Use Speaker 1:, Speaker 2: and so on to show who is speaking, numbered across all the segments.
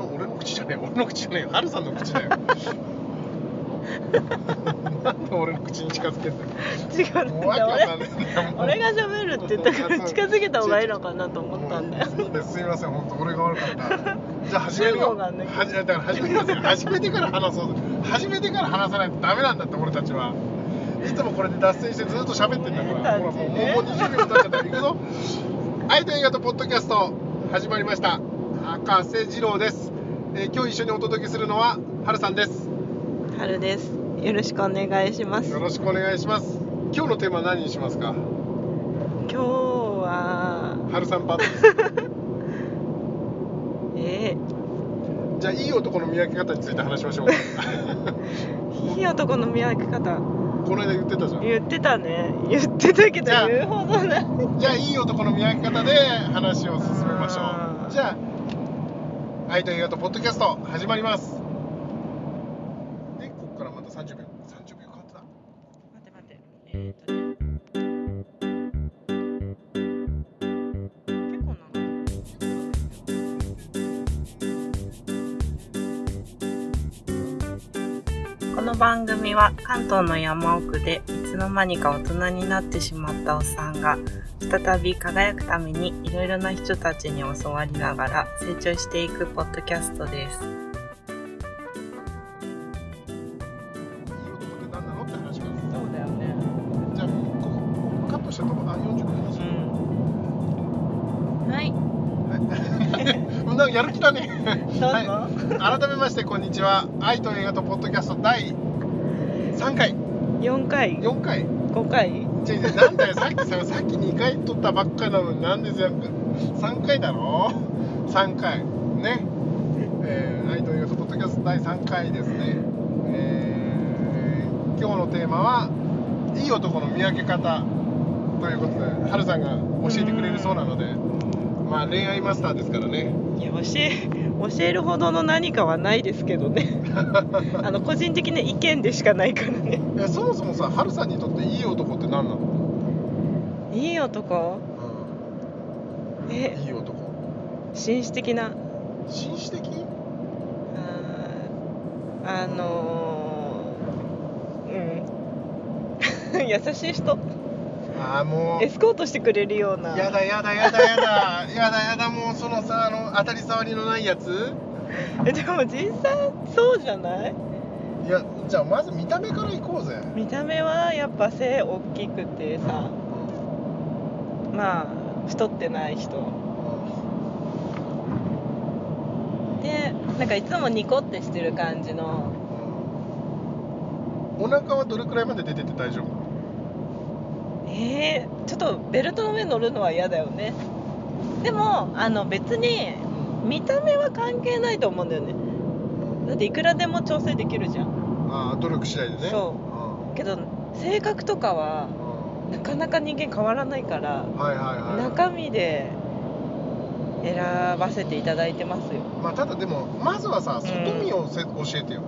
Speaker 1: ね俺の口じゃないよハルさんの口だよなんで俺の口に近づけんだよ
Speaker 2: 違うんだ
Speaker 1: わけ
Speaker 2: よ
Speaker 1: わかんない
Speaker 2: 俺俺が喋るって言ったから近づけた方がいいのかなと思ったんだよ
Speaker 1: そうですすいません本当俺が悪かったじゃあ始める
Speaker 2: 中
Speaker 1: よ
Speaker 2: 国がね
Speaker 1: はじだから始めますよ始めてから話そう始めてから話さないとダメなんだって俺たちはいつもこれで脱線してずっと喋ってんだからほらもうもう20秒経っちゃった行くぞはいという映画とポッドキャスト始まりました博士二郎です、えー今日一緒にお届けするのははるさんです
Speaker 2: 春ですよろしくお願いします
Speaker 1: よ
Speaker 2: 今
Speaker 1: ろしくお願いします今日のテーマは何にしますか
Speaker 2: 日は
Speaker 1: はるさんパートです
Speaker 2: え
Speaker 1: じゃあいい男の見分け方について話しましょうか
Speaker 2: ー、いい男の見分け方
Speaker 1: この間言ってたじゃん
Speaker 2: 言ってたね言ってたけど
Speaker 1: じゃあ
Speaker 2: 言うほどない
Speaker 1: じゃあいい男の見分け方で話を進めましょ
Speaker 2: あ
Speaker 1: う
Speaker 2: ー
Speaker 1: じゃあ愛と映画とポッドキャスト始まりますでここからまた30秒30秒変わってた
Speaker 2: 待って待ってえー、っとね結構長いこの番組は関東の山奥でいつの間にか大人になってしまったおっさんが再び輝くためにいろいろな人たちに教わりながら成長していくポッドキャストです。
Speaker 1: いい男って何なのって話が
Speaker 2: そうだよね。
Speaker 1: じゃあここここカットしたとこあ40秒です
Speaker 2: うん。はい。
Speaker 1: うんなんかやる気だね
Speaker 2: どうぞ。
Speaker 1: は改めましてこんにちは愛と映画とポッドキャスト第3回
Speaker 2: 4回
Speaker 1: 4回
Speaker 2: 5回
Speaker 1: 違う違うなんだよさっきささっき2回撮ったばっかなのになんで全部3回だろ3回ねえー、アイドルヨーポッドキャスト第3回ですねえー、今日のテーマはいい男の見分け方ということでハルさんが教えてくれるそうなのでまあ恋愛マスターですからね
Speaker 2: いや教え教えるほどの何かはないですけどねあの個人的な意見でしかないからね
Speaker 1: いやそもそもさハルさんにとっていい男って何なの、
Speaker 2: いい男え
Speaker 1: いい男
Speaker 2: 紳士的な
Speaker 1: 紳士的
Speaker 2: あーあのーうん 優しい人
Speaker 1: ああもう
Speaker 2: エスコートしてくれるような
Speaker 1: やだやだやだやだやだやだもうそのさあの当たり障りのないやつ
Speaker 2: えでも実際そうじゃない
Speaker 1: いやじゃあまず見た目からいこうぜ
Speaker 2: 見た目はやっぱ背大きくてさまあ太ってない人でなんかいつもニコってしてる感じの
Speaker 1: お腹はどれくらいまで出てて大丈夫
Speaker 2: えー、ちょっとベルトの上乗るのは嫌だよねでもあの別に見た目は関係ないと思うんだよねだっていくらでも調整できるじゃん
Speaker 1: ああ努力次第でね
Speaker 2: そけど性格とかは
Speaker 1: うんうん
Speaker 2: なかなか人間変わらないから
Speaker 1: はいはいはい
Speaker 2: 中身で選ばせていただいてますよ
Speaker 1: まあただでもまずはさ
Speaker 2: うん
Speaker 1: 外見をせ、教えてよ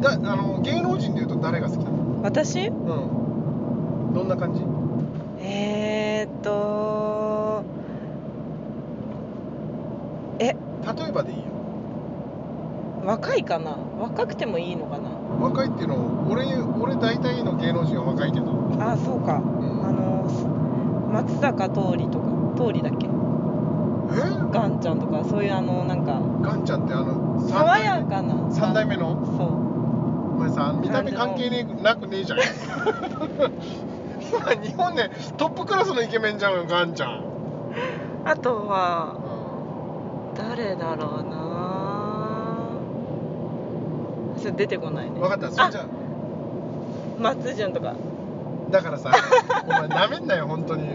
Speaker 1: だあの芸能人でいうと誰が好きなの
Speaker 2: 私
Speaker 1: うんどんな感じ
Speaker 2: えー、っと
Speaker 1: 例えばでいいよ
Speaker 2: 若いかな若くてもいいのかな
Speaker 1: 若いっていうのを俺俺大体の芸能人は若いけど、
Speaker 2: あそう
Speaker 1: う
Speaker 2: か
Speaker 1: ん
Speaker 2: あのす松坂桃李とか桃李だっけ
Speaker 1: え
Speaker 2: ガンちゃんとかそういうあのなんか
Speaker 1: ガンちゃんってあの三
Speaker 2: 爽
Speaker 1: 代
Speaker 2: やかな
Speaker 1: 3代目の
Speaker 2: そ
Speaker 1: お前さ見た目関係ねなくねえじゃん今日本でトップクラスのイケメンじゃんガンちゃん
Speaker 2: うあとは誰だろうなそれ出てこないね
Speaker 1: 分かったそれじゃあ
Speaker 2: 松潤とか
Speaker 1: だからさお前なめんなよ本当に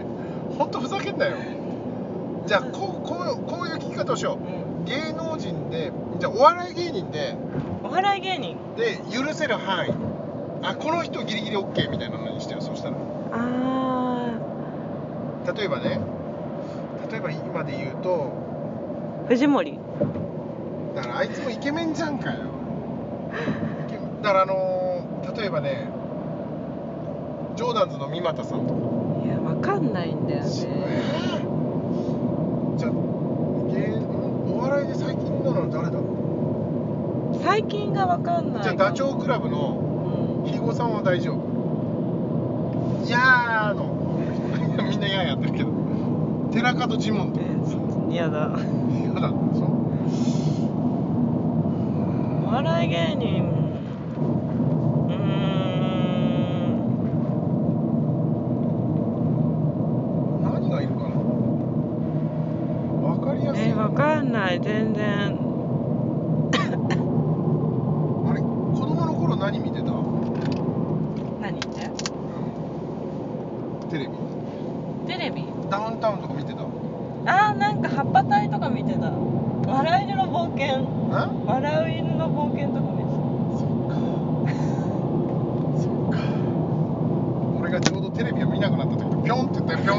Speaker 1: 本当ふざけんなよじゃあこうこうこういう聞き方をしよ
Speaker 2: うん
Speaker 1: う芸能人でじゃあお笑い芸人で
Speaker 2: お笑い芸人
Speaker 1: で許せる範囲あこの人ギリギリ OK みたいなのにしてよそしたら
Speaker 2: あ
Speaker 1: 例えばね例えば今で言うと
Speaker 2: あ藤森
Speaker 1: だからあいつもイケメンじゃんかよイケメンだからあのー例えばねジョーダンズの三股さんとか
Speaker 2: いやわかんないんだよね
Speaker 1: じゃあ芸お笑いで最近なの誰だろ
Speaker 2: 最近が分かんない
Speaker 1: じゃあダチョウ倶楽部の
Speaker 2: うん
Speaker 1: 肥後さんは大丈夫いやーのみんなやーやってるけど寺門ジモンって
Speaker 2: やだ
Speaker 1: 嫌だったでしょ
Speaker 2: お笑い芸人うーん
Speaker 1: 何がいるかなわかりやすい
Speaker 2: え
Speaker 1: な
Speaker 2: 分かんない全然
Speaker 1: あれ子供の頃何見てた
Speaker 2: 何言って
Speaker 1: テレビ
Speaker 2: テレビ
Speaker 1: ダウンタウンとか見てた
Speaker 2: あーなんか葉っぱ隊とか見てた笑い犬の冒険
Speaker 1: あ
Speaker 2: 笑う犬の冒険とか見てた
Speaker 1: そっか俺がちょうどテレビを見なくなった時ピョンって言ったよピョン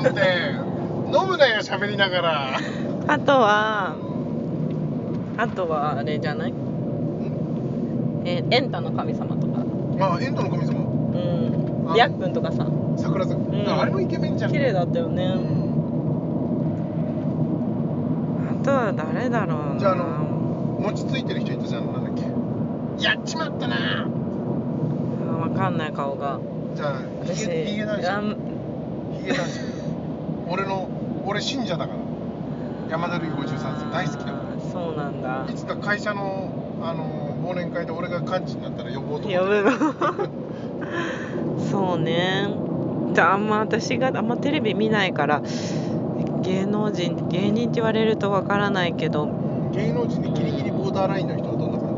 Speaker 1: って 飲むなよ喋りながら
Speaker 2: あとはあとはあれじゃないえーエンタの神様とか
Speaker 1: あエンドの神様
Speaker 2: うん
Speaker 1: あ
Speaker 2: ヤックンとかさ
Speaker 1: 桜坂、
Speaker 2: ん
Speaker 1: あれもイケメンじゃん
Speaker 2: 綺麗だったよね
Speaker 1: うん
Speaker 2: あとは誰だろうな
Speaker 1: じゃああの餅ついてる人いたじゃんなんだっけやっちまったな
Speaker 2: 分かんない顔が
Speaker 1: じゃあヒゲヒゲ男
Speaker 2: あ
Speaker 1: 子
Speaker 2: ん
Speaker 1: ヒゲ男子俺の俺信者だから山田類53世大好きだから
Speaker 2: あーそうなんだ
Speaker 1: いつか会社の、あの忘年会で俺が幹事になったら呼ぼうと
Speaker 2: や
Speaker 1: 思っ
Speaker 2: ぶの そうねじゃああんま私があんまテレビ見ないから芸能人芸人って言われるとわからないけど
Speaker 1: て 芸能人でギリギリボーダーラインの人はどんな感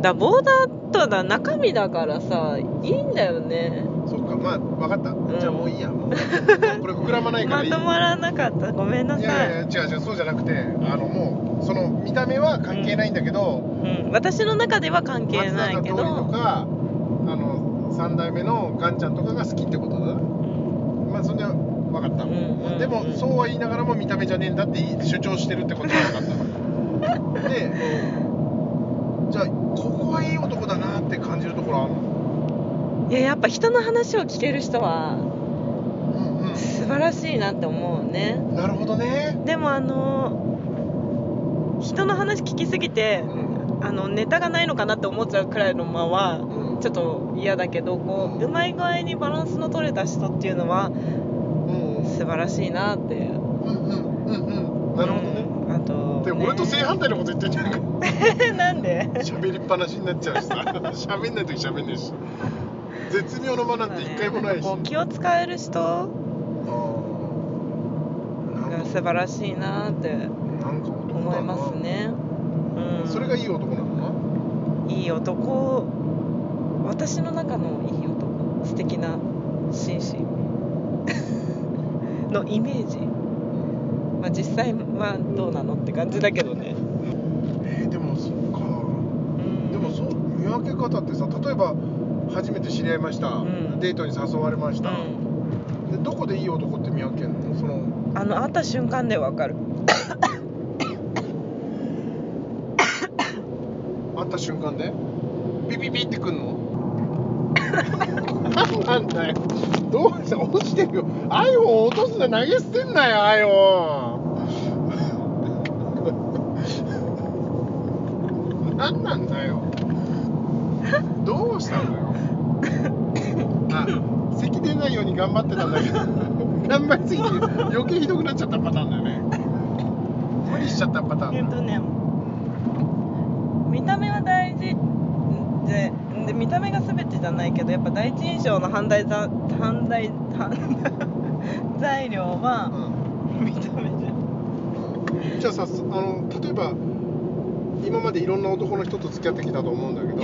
Speaker 2: だボーダーとだ中身だからさいいんだよね
Speaker 1: じそっかまあ分かった、
Speaker 2: ん
Speaker 1: じゃあもういいやもう これ膨らまないか
Speaker 2: ま
Speaker 1: らいい
Speaker 2: とまらなかったごめんないさい
Speaker 1: やいや違う違うそうじゃなくてあのもうその見た目は関係ないんだけど、
Speaker 2: うん、私の中では関係
Speaker 1: 松
Speaker 2: な
Speaker 1: 坂
Speaker 2: いけ
Speaker 1: 桃
Speaker 2: ど
Speaker 1: 李とかあの3代目のガンちゃんとかが好きってことだな
Speaker 2: うん
Speaker 1: まあそんで分かった、
Speaker 2: うんうんうん
Speaker 1: でもそうは言いながらも見た目じゃねえんだって言い主張してるってことは 分かったでじゃあここはいい男だなって感じるところあるの
Speaker 2: いややっぱ人の話を聞ける人は
Speaker 1: うん
Speaker 2: 素晴らしいなって思うね
Speaker 1: うんなるほどね、
Speaker 2: でもあの人の話聞きすぎて
Speaker 1: うん
Speaker 2: あのネタがないのかなって思っちゃうくらいの間は
Speaker 1: うん
Speaker 2: ちょっと嫌だけどこううまい具合にバランスの取れた人っていうのは
Speaker 1: うん
Speaker 2: 素晴らしいなって
Speaker 1: うんうんうんうんなるほどね、
Speaker 2: うんあと
Speaker 1: で
Speaker 2: ね
Speaker 1: 俺と正反対のこと言ってんじゃんか
Speaker 2: なんで
Speaker 1: 喋りっぱなしになっちゃうしさ 喋んない時喋んねえし絶妙の間なんて一回もないし、
Speaker 2: こう気を使える人
Speaker 1: あーな
Speaker 2: が
Speaker 1: んか
Speaker 2: 素晴らしいなって
Speaker 1: なんか男だな
Speaker 2: 思いますね、うん、
Speaker 1: それがいい男なの
Speaker 2: いい男私の中のいい男素敵な紳士のイメージ、まあ、実際はどうなのって感じだけどね、
Speaker 1: かなえー、でもそっか
Speaker 2: うん
Speaker 1: でもそう見分け方ってさ例えば初めて知り合いました、
Speaker 2: ん
Speaker 1: デートに誘われました、
Speaker 2: う
Speaker 1: でどこでいい男って見分けんのその
Speaker 2: んあの会った瞬間でわかる
Speaker 1: 会った瞬間でビビビってくんのなんだよどうした落ちてるよ iPhone 落とすな投げ捨てんなよ iPhone なんなんだよどうしたのよあ咳出ないように頑張ってたんだけど頑張りすぎて余計ひどくなっちゃったパターンだよね無理しちゃったパターンだ
Speaker 2: えっとね見た目は大事でで見た目が全てじゃないけどやっぱ第一印象の判断ざ判断判 材料は
Speaker 1: うん
Speaker 2: 見た目じゃん
Speaker 1: じゃあさそあの例えば今までいろんな男の人と付き合ってきたと思うんだけど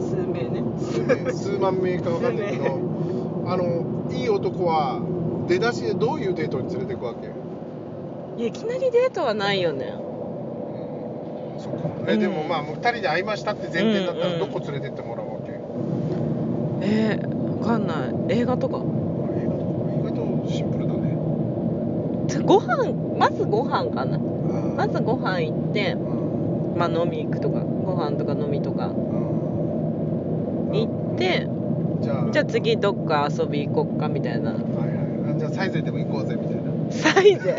Speaker 2: 数名ね
Speaker 1: 数 名数万名か分かんないけど
Speaker 2: 数
Speaker 1: あのいい男は出だしでどういうデートに連れてくわけ
Speaker 2: いやいきなりデートはないよね
Speaker 1: そこえ、
Speaker 2: うん
Speaker 1: でもまあもう2人で会いましたって前提だった
Speaker 2: うんう
Speaker 1: ら
Speaker 2: ん
Speaker 1: どこ連れてってもらうわけ、
Speaker 2: えー、わかんない映画とか
Speaker 1: 意外と意外とシンプルだね
Speaker 2: ご飯まずご飯かなま
Speaker 1: ま
Speaker 2: ずご飯行ってまあ飲み行くとかご飯とか飲みとか行って
Speaker 1: じゃあ
Speaker 2: じゃあ次どっか遊び行こっかみたいな
Speaker 1: はいはいあじゃあサイゼでも行こうぜみたいな
Speaker 2: サ イゼ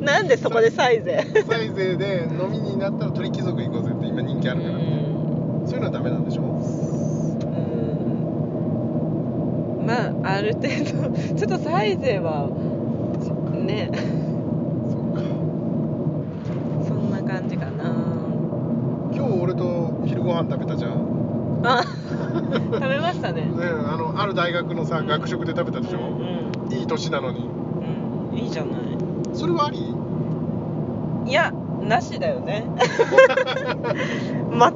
Speaker 2: なんでそこでサイゼ
Speaker 1: サイゼで飲みになったら鳥貴族行こうぜって今人気きあるからね
Speaker 2: う
Speaker 1: そういうのはダメなんでしょ
Speaker 2: んうんまあある程度 ちょっとサイゼはね
Speaker 1: そうか
Speaker 2: そんな感じかな
Speaker 1: 今日俺と昼ご飯食べたじゃん
Speaker 2: あ食べましたね
Speaker 1: ねえあのある大学のさ学食で食べたでし
Speaker 2: う
Speaker 1: ょ
Speaker 2: ん
Speaker 1: いい年なのに
Speaker 2: うん、うん、いいじゃない
Speaker 1: それはあり
Speaker 2: いやなしだよ ね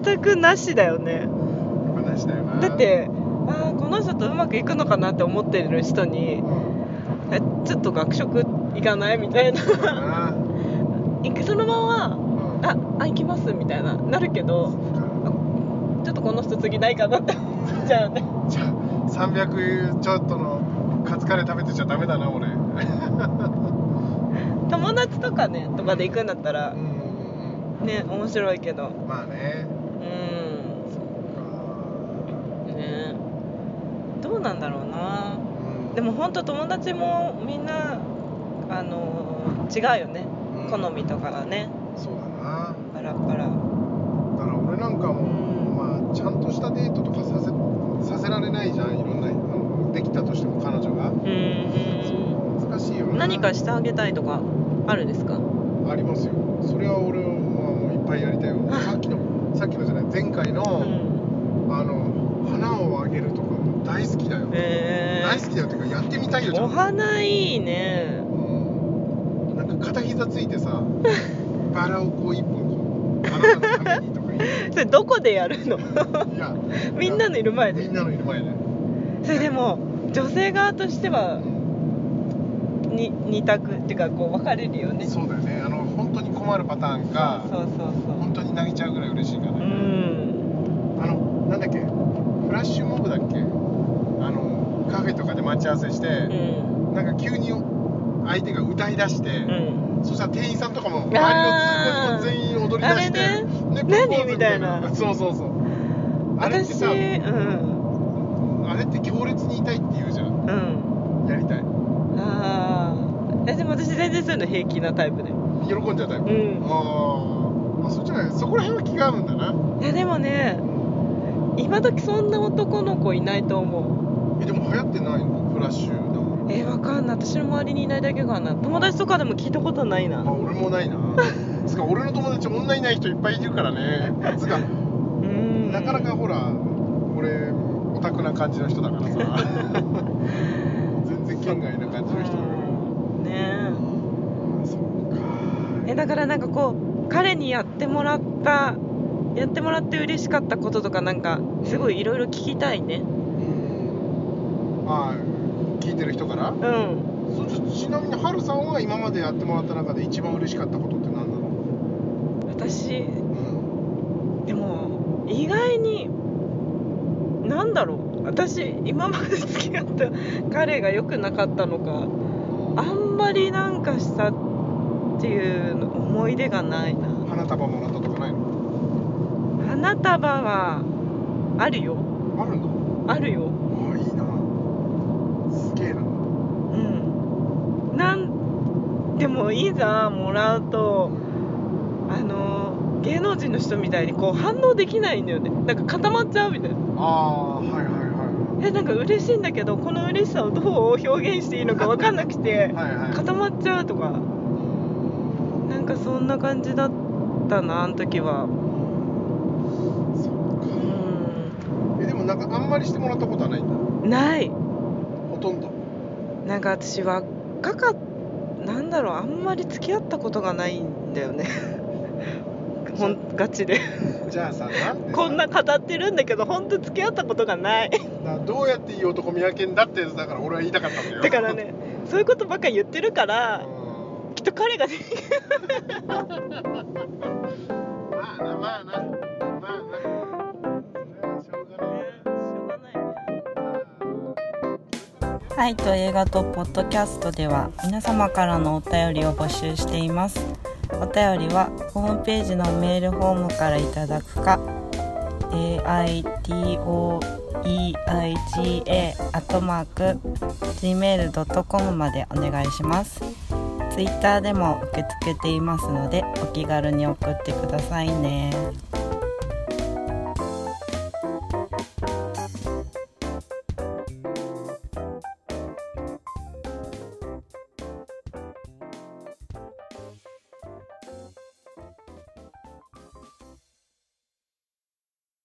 Speaker 2: 全くなしだよね
Speaker 1: 話だよな
Speaker 2: だってあーこの人とうまくいくのかなって思ってる人
Speaker 1: う
Speaker 2: に
Speaker 1: ん
Speaker 2: えちょっと学食行かないみたいな
Speaker 1: そうだな
Speaker 2: 行くそのまま
Speaker 1: うん
Speaker 2: ああ行きますみたいななるけどちょっとこの人次ないかなって思っちゃうね
Speaker 1: じゃあ300ちょっとのカツカレー食べてちゃダメだな俺うん
Speaker 2: 友達とかねとかで行くんだったらね面白いけど
Speaker 1: まあね
Speaker 2: うん
Speaker 1: う
Speaker 2: ねどうなんだろうなんでも本当友達もみんなあの違うよね
Speaker 1: うん
Speaker 2: 好みとかがね
Speaker 1: そうだな
Speaker 2: バラバラ
Speaker 1: だから俺なんか
Speaker 2: うん
Speaker 1: も、まあ、ちゃんとしたデートとかさせさせられないじゃんいろんなあのできたとしても彼女が、
Speaker 2: うー
Speaker 1: そう難しいよ
Speaker 2: ん
Speaker 1: な
Speaker 2: 何かしてあげたいとかあるですか
Speaker 1: ありますよそれは俺はもういっぱいやりたいよ
Speaker 2: あ
Speaker 1: さっきのさっきのじゃない前回の、
Speaker 2: うん
Speaker 1: あの花をあげるとかも大好きだよ、
Speaker 2: え
Speaker 1: 大好きだよっていうかやってみたいよちゃ
Speaker 2: お
Speaker 1: んと
Speaker 2: 花いいね
Speaker 1: うんなんか片膝ついてさ バラをこう一本こうあなたのためにとか言う
Speaker 2: それどこでやるの
Speaker 1: いや
Speaker 2: みんなのいる前
Speaker 1: み
Speaker 2: で
Speaker 1: んなのいる前で、
Speaker 2: それでも女性側として
Speaker 1: う
Speaker 2: は
Speaker 1: ん
Speaker 2: に二択っていうかこう分かれるよね
Speaker 1: そうだよねあの本当に困るパターンか
Speaker 2: そうそう
Speaker 1: 本当に泣いちゃうぐらい嬉しいか
Speaker 2: そうう
Speaker 1: ら、
Speaker 2: ん
Speaker 1: あのなんだっけフラッシュモブだっけあのカフェとかで待ち合わせして、
Speaker 2: うん
Speaker 1: なんか急に相手が歌い出して、
Speaker 2: うん
Speaker 1: そしたら店員さんとかも周り
Speaker 2: あー
Speaker 1: の全員踊り出して
Speaker 2: あれ
Speaker 1: で
Speaker 2: ね何
Speaker 1: プロポーズ
Speaker 2: みたいな
Speaker 1: そうそうそうあれって
Speaker 2: 私
Speaker 1: さ
Speaker 2: うん
Speaker 1: あれって強烈に痛いって言うじゃん
Speaker 2: うん
Speaker 1: やりたい
Speaker 2: ああでも私全然そういうの平気なタイプでう
Speaker 1: 喜んじゃうタイプ、
Speaker 2: ん
Speaker 1: あーあそっちないそこら辺は気が合うんだない
Speaker 2: やでもね今時そんな男の子いないと思う
Speaker 1: えでも流行ってないのフラッシュだもん
Speaker 2: えー、わかんない私の周りにいないだけかな友達とかでも聞いたことないな
Speaker 1: あ俺もないなつか俺の友達女いない人いっぱいいるからねつか
Speaker 2: うん
Speaker 1: なかなかほら俺オタクな感じの人だから さ全然県外な感じの人だから
Speaker 2: うんね
Speaker 1: そう
Speaker 2: ええだからなんかこう彼にやってもらったやってもらって嬉しかったこととかなんかすごいいろいろ聞きたいね
Speaker 1: まあ聞いてる人から
Speaker 2: うん
Speaker 1: そちちなみにハルさんは今までやってもらった中で一番嬉しかったことって何なの、
Speaker 2: 私
Speaker 1: うん、
Speaker 2: でも意外になんだろう私今まで付き合った彼が良くなかったのかあんまりなんかしたっていうの思い出がないな
Speaker 1: 花束もらったとかないの
Speaker 2: 花束はあるよ
Speaker 1: あるの
Speaker 2: あるよ
Speaker 1: ああいいなすげえな
Speaker 2: うんなんでもいざもらうとあの芸能人の人みたいにこう反応できないんだよねなんか固まっちゃうみたいな
Speaker 1: ああーはいはいは
Speaker 2: えなんか嬉しいんだけどこの嬉しさをどう表現していいのか分かんなくて
Speaker 1: いはいはい
Speaker 2: 固まっちゃうとかなんかそんな感じだったなあの時は
Speaker 1: そう
Speaker 2: う
Speaker 1: か
Speaker 2: ん
Speaker 1: えでもなんかあんまりしてもらったことはないんだ
Speaker 2: ない
Speaker 1: ほとんど
Speaker 2: なんか私若かっなんだろうあんまり付き合ったことがないんだ よねほんガチで
Speaker 1: じゃあさなんでさ
Speaker 2: こんな語ってるんだけど本当付き合ったことがない
Speaker 1: だどうやっていい男見分けんだってだから俺は言いたかったんだよ
Speaker 2: だからねそういうことばっかり言ってるか
Speaker 1: う
Speaker 2: ら
Speaker 1: ん
Speaker 2: きっと彼がね
Speaker 1: まあなまあなまあなそれはしょうがないな
Speaker 2: はい、と映画とポッドキャストでは皆様からのお便りを募集しています。お便りはホームページのメールフォームからいただくか、aitoeiga アットマーク gmail.com までお願いします。ツイッターでも受け付けていますのでお気軽に送ってくださいね。